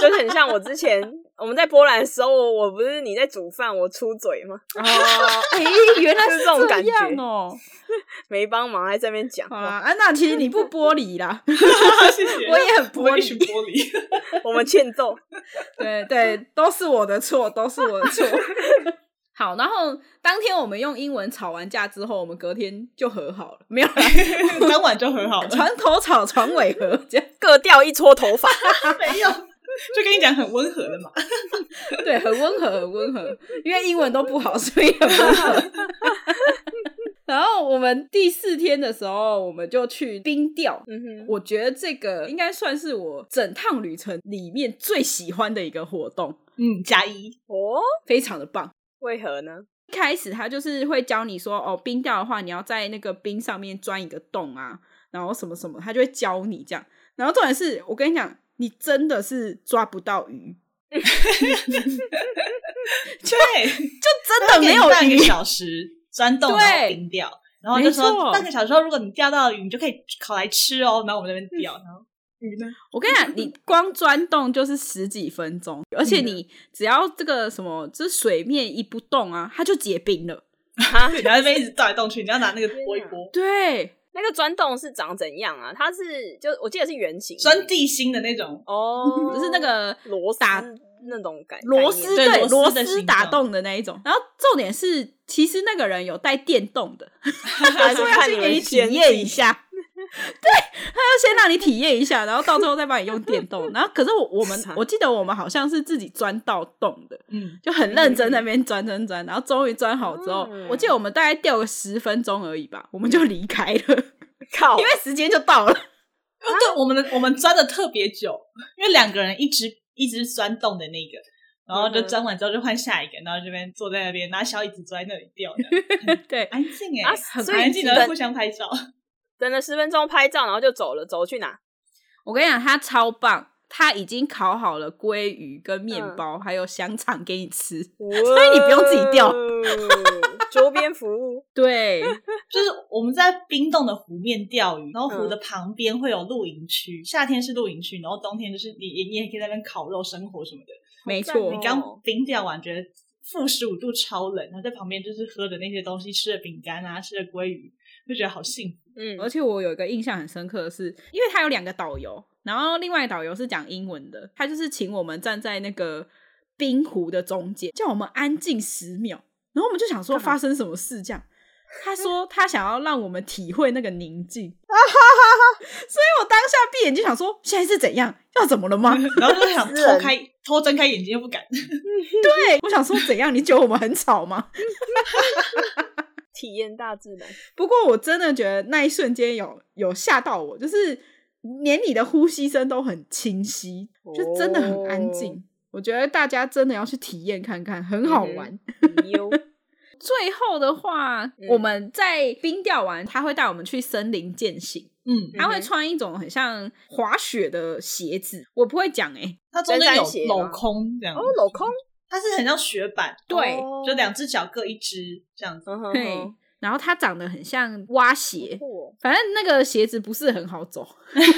S4: 就是很像我之前我们在波兰的时候，我我不是你在煮饭，我出嘴吗？
S2: 哦，哎，原来
S4: 就是这
S2: 是
S4: 种感觉
S2: 样哦。
S4: 没帮忙，还在那边讲
S2: 好啊
S4: 话，
S2: 啦，安娜，其实你不玻 璃啦，
S1: 谢谢。
S2: 我也很
S1: 我
S2: 玻
S1: 们一群
S2: 璃，
S1: 玻璃。
S4: 我们欠揍。
S2: 对对，都是我的错，都是我的错。 好，然后当天我们用英文吵完架之后，我们隔天就和好了， 没有啦
S1: 当晚就很好 了，
S2: 床头吵，床尾和，这样
S4: 各掉一撮头发，
S1: 没有， 就跟你讲很温和的嘛。
S2: 对，很温和，很温和，因为英文都不好，所以很温和。 然后我们第四天的时候，我们就去冰钓。
S4: 嗯哼，
S2: 我觉得这个应该算是我整趟旅程里面最喜欢的一个活动，
S1: 嗯，加一，
S4: 哦，
S2: 非常的棒。
S4: 为何呢？
S2: 一开始他就是会教你说，哦，冰钓的话，你要在那个冰上面钻一个洞啊，然后什么什么，他就会教你这样。然后重点是我跟你讲，你真的是抓不到鱼，
S1: 对，
S2: 就真的没有
S1: 大概一
S2: 鱼
S1: 个。小时钻洞，然后
S2: 对
S1: 冰掉。然后就
S2: 没错
S1: 说半个小时后，如果你钓到鱼，你就可以烤来吃哦。然后我们那边钓，然后鱼呢？
S2: 我跟你讲， 你光钻洞就是十几分钟，而且你只要这个什么，就是水面一不动啊，它就结冰了。
S4: 啊，
S1: 你要那边一直动来动去，你要拿那个拨一拨，
S2: 对，
S4: 那个钻洞是长怎样啊？它是就我记得是圆形的，
S1: 钻地心的那种。
S4: 哦，
S2: 就是那个
S4: 螺丝
S2: 打
S4: 那种感
S2: 螺丝，
S1: 对
S2: 对，
S1: 螺
S2: 螺
S1: 丝的
S2: 丝
S1: 形
S2: 打
S1: 状
S2: 洞的那一种。然后重点是，其实那个人有带电动的，
S4: 还
S2: 所以要先给你体验一下。 对，他要先让你体验一下，然后到最后再帮你用电动。然后可是我我们
S4: 傻
S2: 我记得我们好像是自己钻到洞的，
S1: 嗯，
S2: 就很认真在那边钻钻钻，然后终于钻好之后，
S4: 嗯
S2: 我记得我们大概掉个十分钟而已吧，我们就离开了，因
S4: 靠，
S2: 为时间就到了。
S1: 哦对，我们的我们钻的特别久，因为两个人一直一直钻洞的那个。然后就
S4: 嗯哼
S1: 钻完之后就换下一个，然后这边坐在那边拿小椅子坐在那里钓，
S2: 对，
S1: 安静哎、
S4: 啊
S1: 很
S4: 所以
S1: 安静的
S4: 等
S1: 互相拍照。
S4: 等了十分钟拍照，然后就走了，走去哪？
S2: 我跟你讲，他超棒，他已经烤好了鲑鱼跟面包，还有香肠给你吃。
S4: 所
S2: 以你不用自己钓，
S4: 周边服务，
S2: 对，
S1: 就是我们在冰冻的湖面钓鱼，然后湖
S4: 嗯
S1: 的旁边会有露营区，夏天是露营区，然后冬天就是你你也可以在那边烤肉、生火什么的。
S2: 没
S4: 赞
S2: 错
S4: 哦
S1: 你，刚冰钓完，觉得负十五度超冷，然后在旁边就是喝的那些东西，吃的饼干啊，吃的鲑鱼，就觉得好幸福。
S4: 嗯
S2: 而且我有一个印象很深刻的是，因为他有两个导游，然后另外一个导游是讲英文的，他就是请我们站在那个冰湖的中间，叫我们安静十秒，然后我们就想说
S4: 干嘛
S2: 发生什么事这样。他说他想要让我们体会那个宁 静，所以我当下闭眼睛想说现在是怎样，要怎么了吗？
S1: 然后就想
S4: 啊私人
S1: 偷开、偷睁开眼睛又不敢，
S2: 对，我想说怎样？你觉得我们很吵吗？
S4: 体验大自然，
S2: 不过我真的觉得那一瞬间有有吓到我，就是连你的呼吸声都很清晰，就真的很安静。
S4: 哦
S2: 我觉得大家真的要去体验看看，很好
S4: 嗯
S2: 玩。
S4: 哟，
S2: 最后的话，
S4: 嗯
S2: 我们在冰钓完，他会带我们去森林践行，
S1: 嗯，
S2: 他会
S4: 嗯哼
S2: 穿一种很像滑雪的鞋子，我不会讲哎、
S1: 它中间
S4: 登
S1: 有
S4: 山鞋吗
S1: 镂空这样，
S4: 哦，镂空，哦
S1: 它是很像雪板，
S2: 对
S1: 就两只脚各一只这样子。
S4: 嗯哼
S2: 对
S4: 哼，
S2: 然后它长得很像蛙鞋，反正那个鞋子不是很好走。
S1: 嗯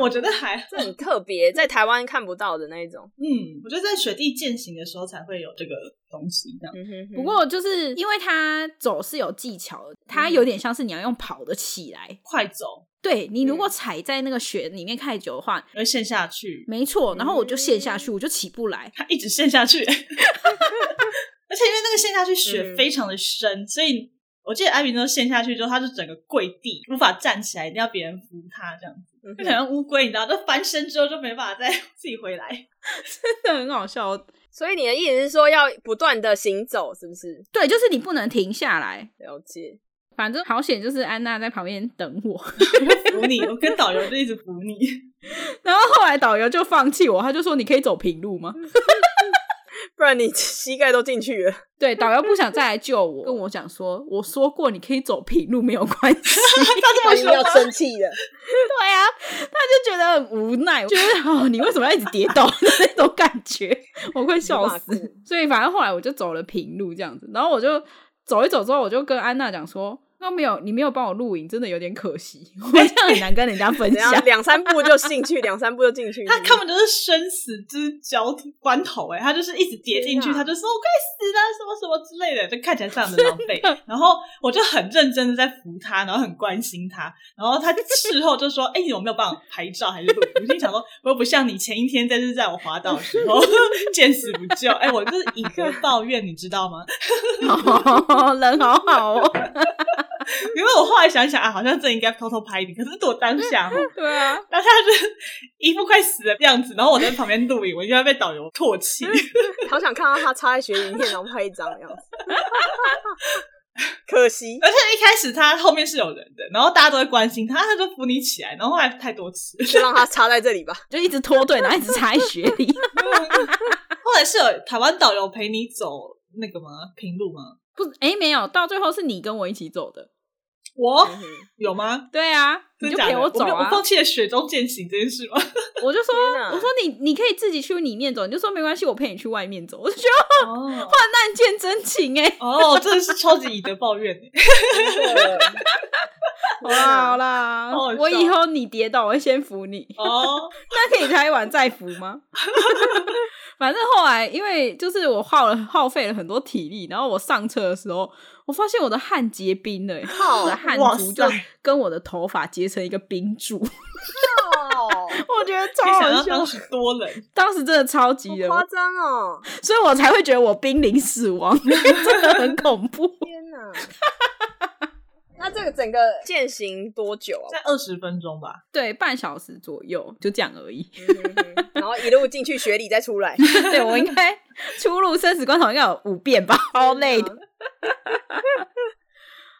S1: 我觉得还
S4: 这很特别，在台湾看不到的那一种。
S1: 嗯，我觉得在雪地践行的时候才会有这个东西，这样。
S2: 嗯
S4: 嗯
S2: 不过就是因为它走是有技巧的，它有点像是你要用跑的起来。
S1: 快走，
S2: 对你如果
S4: 嗯
S2: 踩在那个雪里面太久的话，
S1: 会陷下去，
S2: 没错，然后我就陷下去，我就起不来。
S1: 它一直陷下去， 而且因为那个陷下去雪
S4: 嗯
S1: 非常的深，所以我记得艾比那时候陷下去之后，他就整个跪地，无法站起来，一定要别人扶他，这样子，
S4: 嗯
S1: 就很
S4: 哼
S1: 像乌龟，你知道，就翻身之后就没办法再 自己回来。
S2: 真的很好笑。
S4: 所以你的意思是说要不断的行走，是不是？
S2: 对，就是你不能停下来。
S4: 了解。
S2: 反正好险，就是安娜在旁边等我。
S1: 我扶你，我跟导游就一直扶你，
S2: 然后后来导游就放弃我，他就说：“你可以走平路吗
S4: 不然你 膝盖都进去了。？”
S2: 对，导游不想再来救我，跟我讲说：“我说过你可以走平路，没有关系。
S4: 他一定要生气的，”
S2: 对啊，他就觉得很无奈，觉得哦，你为什么要一直跌倒 的那种感觉，我快 笑
S4: 你骂
S2: 死。所以反正后来我就走了平路这样子，然后我就走一走之后，我就跟安娜讲说。那没有，你没有帮我录影，真的有点可惜。 我这样很难跟人家分
S4: 怎
S2: 享
S4: 样。两三步就进去，两三步就进去。
S1: 他
S4: 是不是
S1: 根本就是生死之交关头哎、他就是一直跌进去，
S4: 天啊
S1: 他就说我快死了什么什么之类的，就看起来非常的狼狈。然后我就很认真的在扶他，然后很关心他，然后他事后就说：“哎、你有没有帮我拍照还是录？”我心想说：“我又不像你前一天在这在我滑倒的时候见死不救。哎，我就是以德报怨，你知道吗？
S2: 哦，人好好哦。
S1: 因为我后来想想啊，好像真的应该偷偷拍你，可是我当下哦
S2: 对啊，
S1: 当下就是一副快死的样子，然后我在旁边录影，我就要被导游唾弃。
S4: 好想看到他插在雪里面，然后拍一张的样子。 可惜，
S1: 而且一开始他后面是有人的，然后大家都会关心他，他就扶你起来，然后后来太多次，
S4: 就让他插在这里吧。
S2: 就一直脱队，然后一直插在雪里。
S1: 后来是有台湾导游陪你走那个吗？平路吗？
S2: 不是，哎，没有，到最后是你跟我一起走的。哦
S1: 我
S4: 嗯哼
S1: 有吗？
S2: 对啊，
S1: 真
S2: 你就
S1: 的假
S2: 陪
S1: 的？
S2: 走
S1: 没有我
S2: 啊。
S1: 放啊弃了雪中践行这件事吗？
S2: 我就说，
S4: 天哪
S2: 我说你你可以自己去里面走，你就说没关系，我陪你去外面走。我就觉得
S1: 哦
S2: 患难见真情 哎。
S1: 哦，真的是超级以德报怨欸耶
S4: 嗯
S2: 好啦好啦
S1: 好好，笑
S2: 我以后你跌倒，我会先扶你。
S1: 哦，
S2: 那可以拆完再扶吗？ 反正后来，因为就是我耗了耗费了很多体力，然后我上车的时候，我发现我的汗结冰了、欸，我的汗
S1: 哇
S2: 珠
S1: 塞
S2: 就跟我的头发结成一个冰柱，我
S4: 哦，
S2: 觉 得
S1: 没
S2: 超
S1: 想
S2: 好
S1: 到
S2: 笑
S1: 当。时多冷，
S2: 当时真的超级
S4: 好
S2: 的，
S4: 夸张哦！
S2: 所以我才会觉得我濒临死亡， 真的很恐怖。
S4: 天 哪！那这个整个践行多久啊
S1: 在？二十分钟吧。
S2: 对，半小时左右就这样而已。
S4: 嗯然后一路进去雪里再出 来，
S2: 对我应该出入生死关头应该有五遍吧，超累的。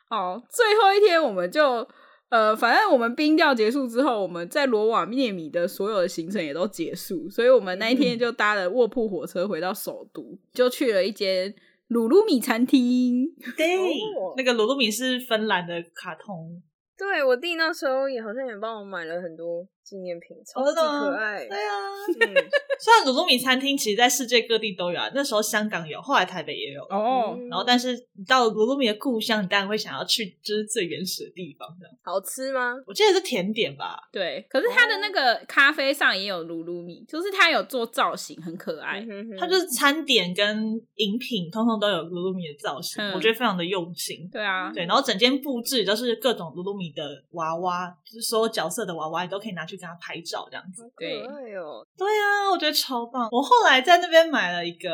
S2: 哦，最后一天我们就呃，反正我们冰钓结束之后，我们在罗瓦涅米的所有的行程也都结束，所以我们那一天就搭了卧铺火车回到首都，就去了一间鲁鲁米餐厅。
S1: 对
S4: 哦
S1: 那个鲁鲁米是芬兰的卡通，
S4: 对我弟那时候也好像也帮我买了很多纪念品，超级
S1: 真的吗
S4: 可爱。
S1: 啊。
S4: 嗯
S1: 虽然鲁鲁米餐厅其实在世界各地都有啊，那时候香港有，后来台北也有。
S2: 哦，
S4: 嗯
S1: 然后，但是你到鲁鲁米的故乡，你当然会想要去就是最原始的地方的。
S4: 好吃吗？
S1: 我记得是甜点吧？
S2: 对，可是它的那个咖啡上也有鲁鲁米，就是它有做造型，很可爱。
S4: 嗯
S1: 它哎就是餐点跟饮品，通通都有鲁鲁米的造型，
S2: 嗯
S1: 我觉得非常的用心。
S2: 对啊，
S1: 对，然后整间布置都是各种鲁鲁米的娃娃，就是所有角色的娃娃，你都可以拿去跟他拍照这样子。
S2: 对
S4: 好可爱哦，
S1: 对啊，我觉得超棒。我后来在那边买了一个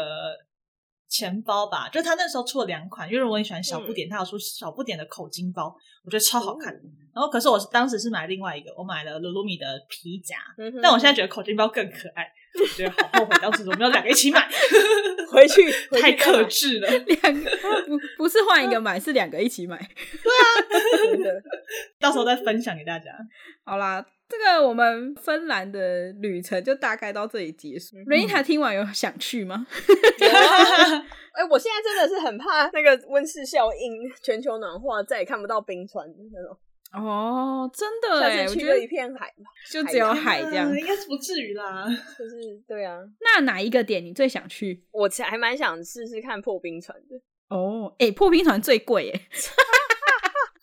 S1: 钱包吧，就他那时候出了两款，因为我很喜欢小不点，他有出小不点的口金包，我觉得超好看。然后可是我是当时是买另外一个，我买了鲁鲁米的皮夹，
S4: 嗯哼
S1: 但我现在觉得口金包更可爱，我觉得好后悔当时我没有两个一起买，
S4: 回去回去
S1: 太
S4: 再买
S1: 克制了。
S2: 两个不不是换一个买，是两个一起买。
S4: 真的
S1: 到时候再分享给大家。
S2: 好啦，这个我们芬兰的旅程就大概到这里结束。Rita 听完有想去吗？
S4: 哎、我现在真的是很怕那个温室效应，全球暖化，再也看不到冰川那种。
S2: 哦，真的哎，
S4: 下
S2: 我
S4: 次去
S2: 觉
S4: 了
S2: 得
S4: 一片海啊吧，
S2: 就只有海这样
S1: 嗯。应该是不至于啦。
S4: 就是对啊，
S2: 那哪一个点你最想去？
S4: 我其实还蛮想试试看破冰船的。
S2: 哦，哎，破冰船最贵哎，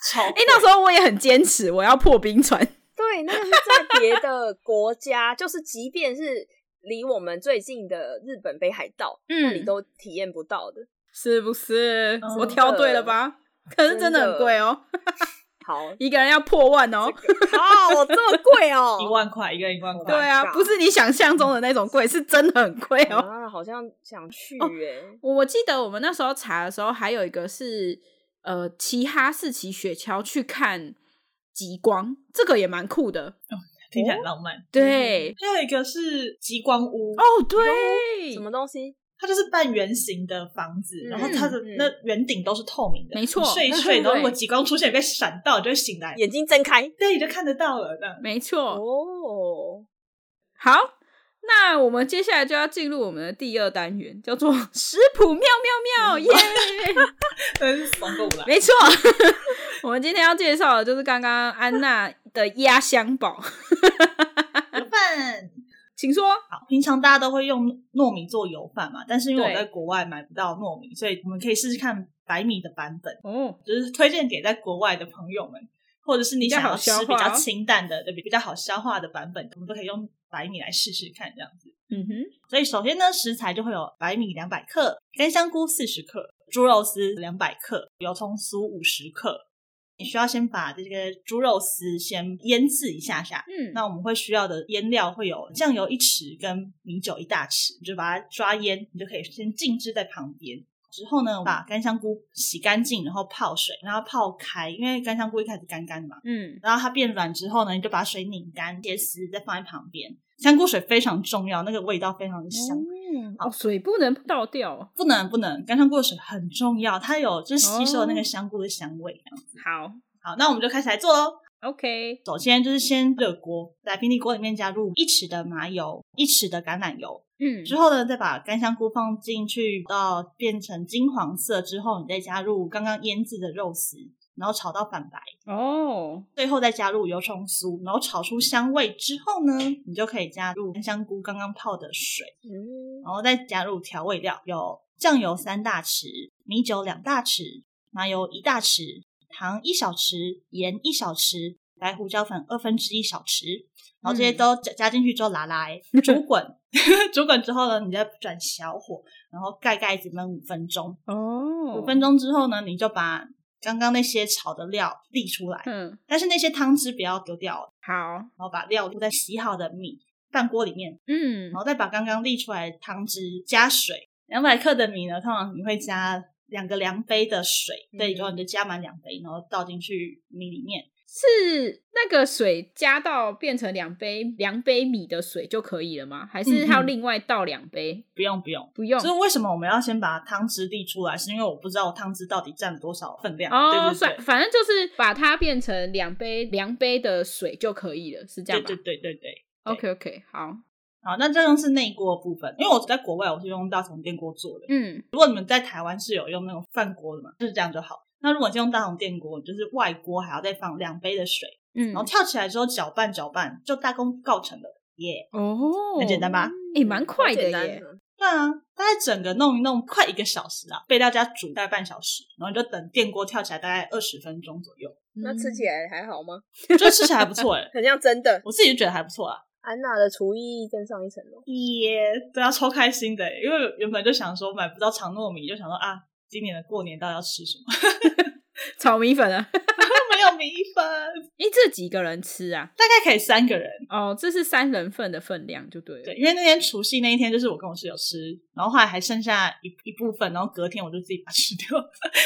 S5: 超贵。
S2: 哎、那时候我也很坚持，我要破冰船。
S4: 对，那个是在别的国家， 就是即便是离我们最近的日本北海道，那里
S2: 嗯，
S4: 都体验不到的。
S2: 是不是
S5: 嗯？，
S2: 我挑对了吧？可是真的很贵哦，
S4: 好，
S2: 一个人要破万哦。
S4: 哦，这么贵 哦
S5: 一万块一个人一万块，
S2: 对啊，
S4: 大
S2: 不是你想象中的那种贵，是真的很贵哦。
S4: 啊，好像想去
S2: 哦
S4: 耶。
S2: 我我记得我们那时候查的时候，还有一个是呃骑哈士奇雪橇去看极光，这个也蛮酷的。
S5: 听起来很浪
S4: 嗯
S5: 漫。
S2: 对，
S5: 还有一个是极光屋，
S2: 哦对，
S4: 什么东西？
S5: 它就是半圆形的房子，
S4: 嗯
S5: 然后它的
S4: 嗯
S5: 那圆顶都是透明的，
S2: 没错
S5: 你睡一睡，
S2: 嗯
S5: 然后如果极光出现，你被闪到，你就会醒来，
S4: 眼睛睁开
S5: 对，你就看得到了。这 样
S2: 没错。
S4: 哦，
S2: 好，那我们接下来就要进入我们的第二单元，叫 做食谱妙妙妙耶！
S5: 真是爽够了。
S2: 没错， 我们今天要介绍的就是刚刚安娜的压箱宝，
S5: 油饭，
S2: 请说。
S5: 好，平常大家都会用糯米做油饭嘛，但是因为我
S2: 对
S5: 在国外买不到糯米，所以我们可以试试看白米的版本，
S2: 哦，
S5: 就是推荐给在国外的朋友们，或者是你想要
S2: 比
S5: 吃
S2: 较好消
S5: 比
S2: 化哦
S5: 较清淡的、对比比较好消化的版本，我们都可以用白米来试试看这样子。
S2: 嗯哼，
S5: 所以首先呢，食材就会有白米两百克、干香菇四十克、猪肉丝两百克、油葱酥五十克。你需要先把这个猪肉丝先腌制一下下。
S2: 嗯，
S5: 那我们会需要的腌料会有酱油一匙跟米酒一大匙，你就把它抓腌，你就可以先静置在旁边。之后呢，把干香菇洗干净，然后泡水，然后泡开，因为干香菇一开始干干的嘛，
S2: 嗯，
S5: 然后它变软之后呢，你就把水拧干，切丝，再放在旁边。香菇水非常重要，那个味道非常的香。
S4: 嗯
S2: 哦，水不能倒掉哦。
S5: 不能不能，干香菇的水很重要，它有就是吸收那个香菇的香味。
S2: 好
S5: 好，那我们就开始来做喽。
S2: ，OK，
S5: 首先就是先热锅，在平底锅里面加入一匙的麻油，一匙的橄榄油，
S2: 嗯，
S5: 之后呢，再把干香菇放进去到变成金黄色之后，你再加入刚刚腌制的肉丝，然后炒到反白。
S2: 哦，
S5: 最后再加入油葱酥，然后炒出香味之后呢，你就可以加入干香菇刚刚泡的水，
S4: 嗯，
S5: 然后再加入调味料，有酱油三大匙、米酒两大匙、麻油一大匙、糖一小匙、盐一小匙、白胡椒粉二分之一小匙，然后这些都加加进去之后拉拉、欸煮滚， 煮滚之后呢，你再转小火，然后盖盖子焖五分钟。
S2: 哦，
S5: 五分，钟之后呢，你就把刚刚那些炒的料沥出来，
S2: 嗯，
S5: 但是那些汤汁不要丢掉哦，
S2: 好，
S5: 然后把料铺在洗好的米饭锅里面，
S2: 嗯
S5: 然，后再把刚刚沥出来的汤汁加水。两百克的米呢，通常你会加两个量杯的水，
S4: 嗯
S5: 对，然后你就加满两杯，然后倒进去米里面。
S2: 是那个水加到变成两杯两杯米的水就可以了吗？还是它要
S5: 嗯嗯
S2: 另外倒两杯？
S5: 不用不用，
S2: 不用，
S5: 就是为什么我们要先把汤汁沥出来，是因为我不知道我汤汁到底占多少分量。对
S2: 哦，
S5: 对对
S2: 算，反正就是把它变成两杯两杯的水就可以了，是这
S5: 对
S2: 样吧
S5: 对对对对。
S2: ？OK OK，好，
S5: 好，那这样是内锅的部分，因为我在国外我是用大同电锅做的，
S2: 嗯，
S5: 如果你们在台湾是有用那种饭锅的嘛，就是这样就好。那如果是用大同电锅，你就是外锅还要再放两杯的水，
S2: 嗯
S5: 然后跳起来之后搅拌搅拌，就大功告成了，耶、
S2: 哦，
S5: 很简单吧？
S2: 诶蛮快的
S4: 好简
S2: 耶
S4: 单，啊
S5: 对啊，大概整个弄一弄快一个小时啊，被大家煮大概半小时，然后你就等电锅跳起来大概二十分钟左右，
S4: 那吃
S2: 嗯
S4: 起来还好吗？
S5: 我觉得吃起来还不错哎、
S4: 很像真的。
S5: 我自己就觉得还不错啊，
S4: 安娜的厨艺更上一层楼。
S5: 耶、对啊，超开心的欸、因为原本就想说买不到长糯米，就想说啊，今年的过年到底要吃什么？
S2: 嗯炒米粉啊，
S5: 没有米粉，
S2: 诶，这几个人吃啊？
S5: 大概可以三个人。
S2: 哦，这是三人份的分量就对了。
S5: 对，因为那天除夕那一天，就是我跟我室友吃，然后后来还剩下一一部分，然后隔天我就自己把它吃掉，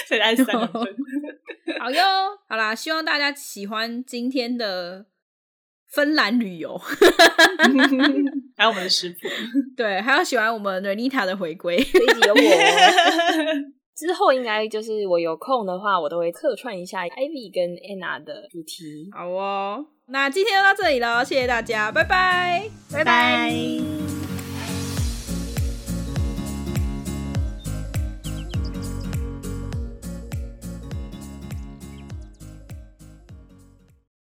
S5: 所以大概是三等份。
S2: 好哟，好啦，希望大家喜欢今天的芬兰旅游，
S5: 还有我们的食谱，
S2: 对，还有喜欢我们 Renita 的回归。
S4: 这一集有我。 之后应该就是我有空的话，我都会客串一下 Ivy 跟 Anna 的主题。
S2: 好哦，那今天就到这里了，谢谢大家，拜拜。
S5: 拜拜。